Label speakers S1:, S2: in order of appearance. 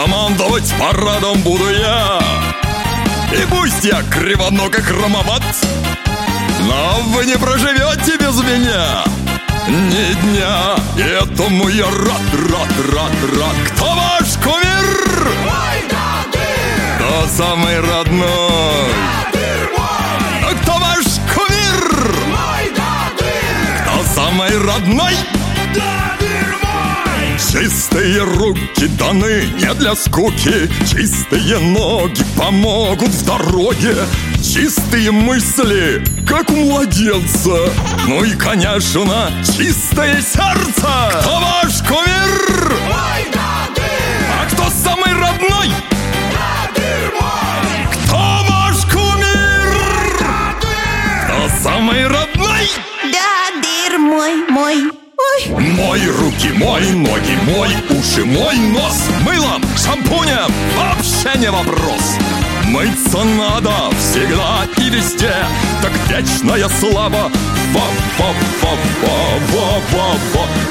S1: Командовать парадом буду я И пусть я кривоног и хромоват Но вы не проживете без меня Ни дня Этому я рад, рад, рад, рад Кто ваш кумир? Кто самый родной? А Кто ваш кумир? Кто самый родной? Чистые руки даны не для скуки Чистые ноги помогут в дороге Чистые мысли, как у младенца Ну и, конечно, чистое сердце Кто ваш кумир? А кто самый родной? Кто ваш кумир? Кто самый родной?
S2: Дадыр мой, мой Ой,
S1: Мой руки, мой ноги, мой уши, мой нос Мылом, шампунем вообще не вопрос Мыться надо всегда и везде Так вечная слава во во во во во во во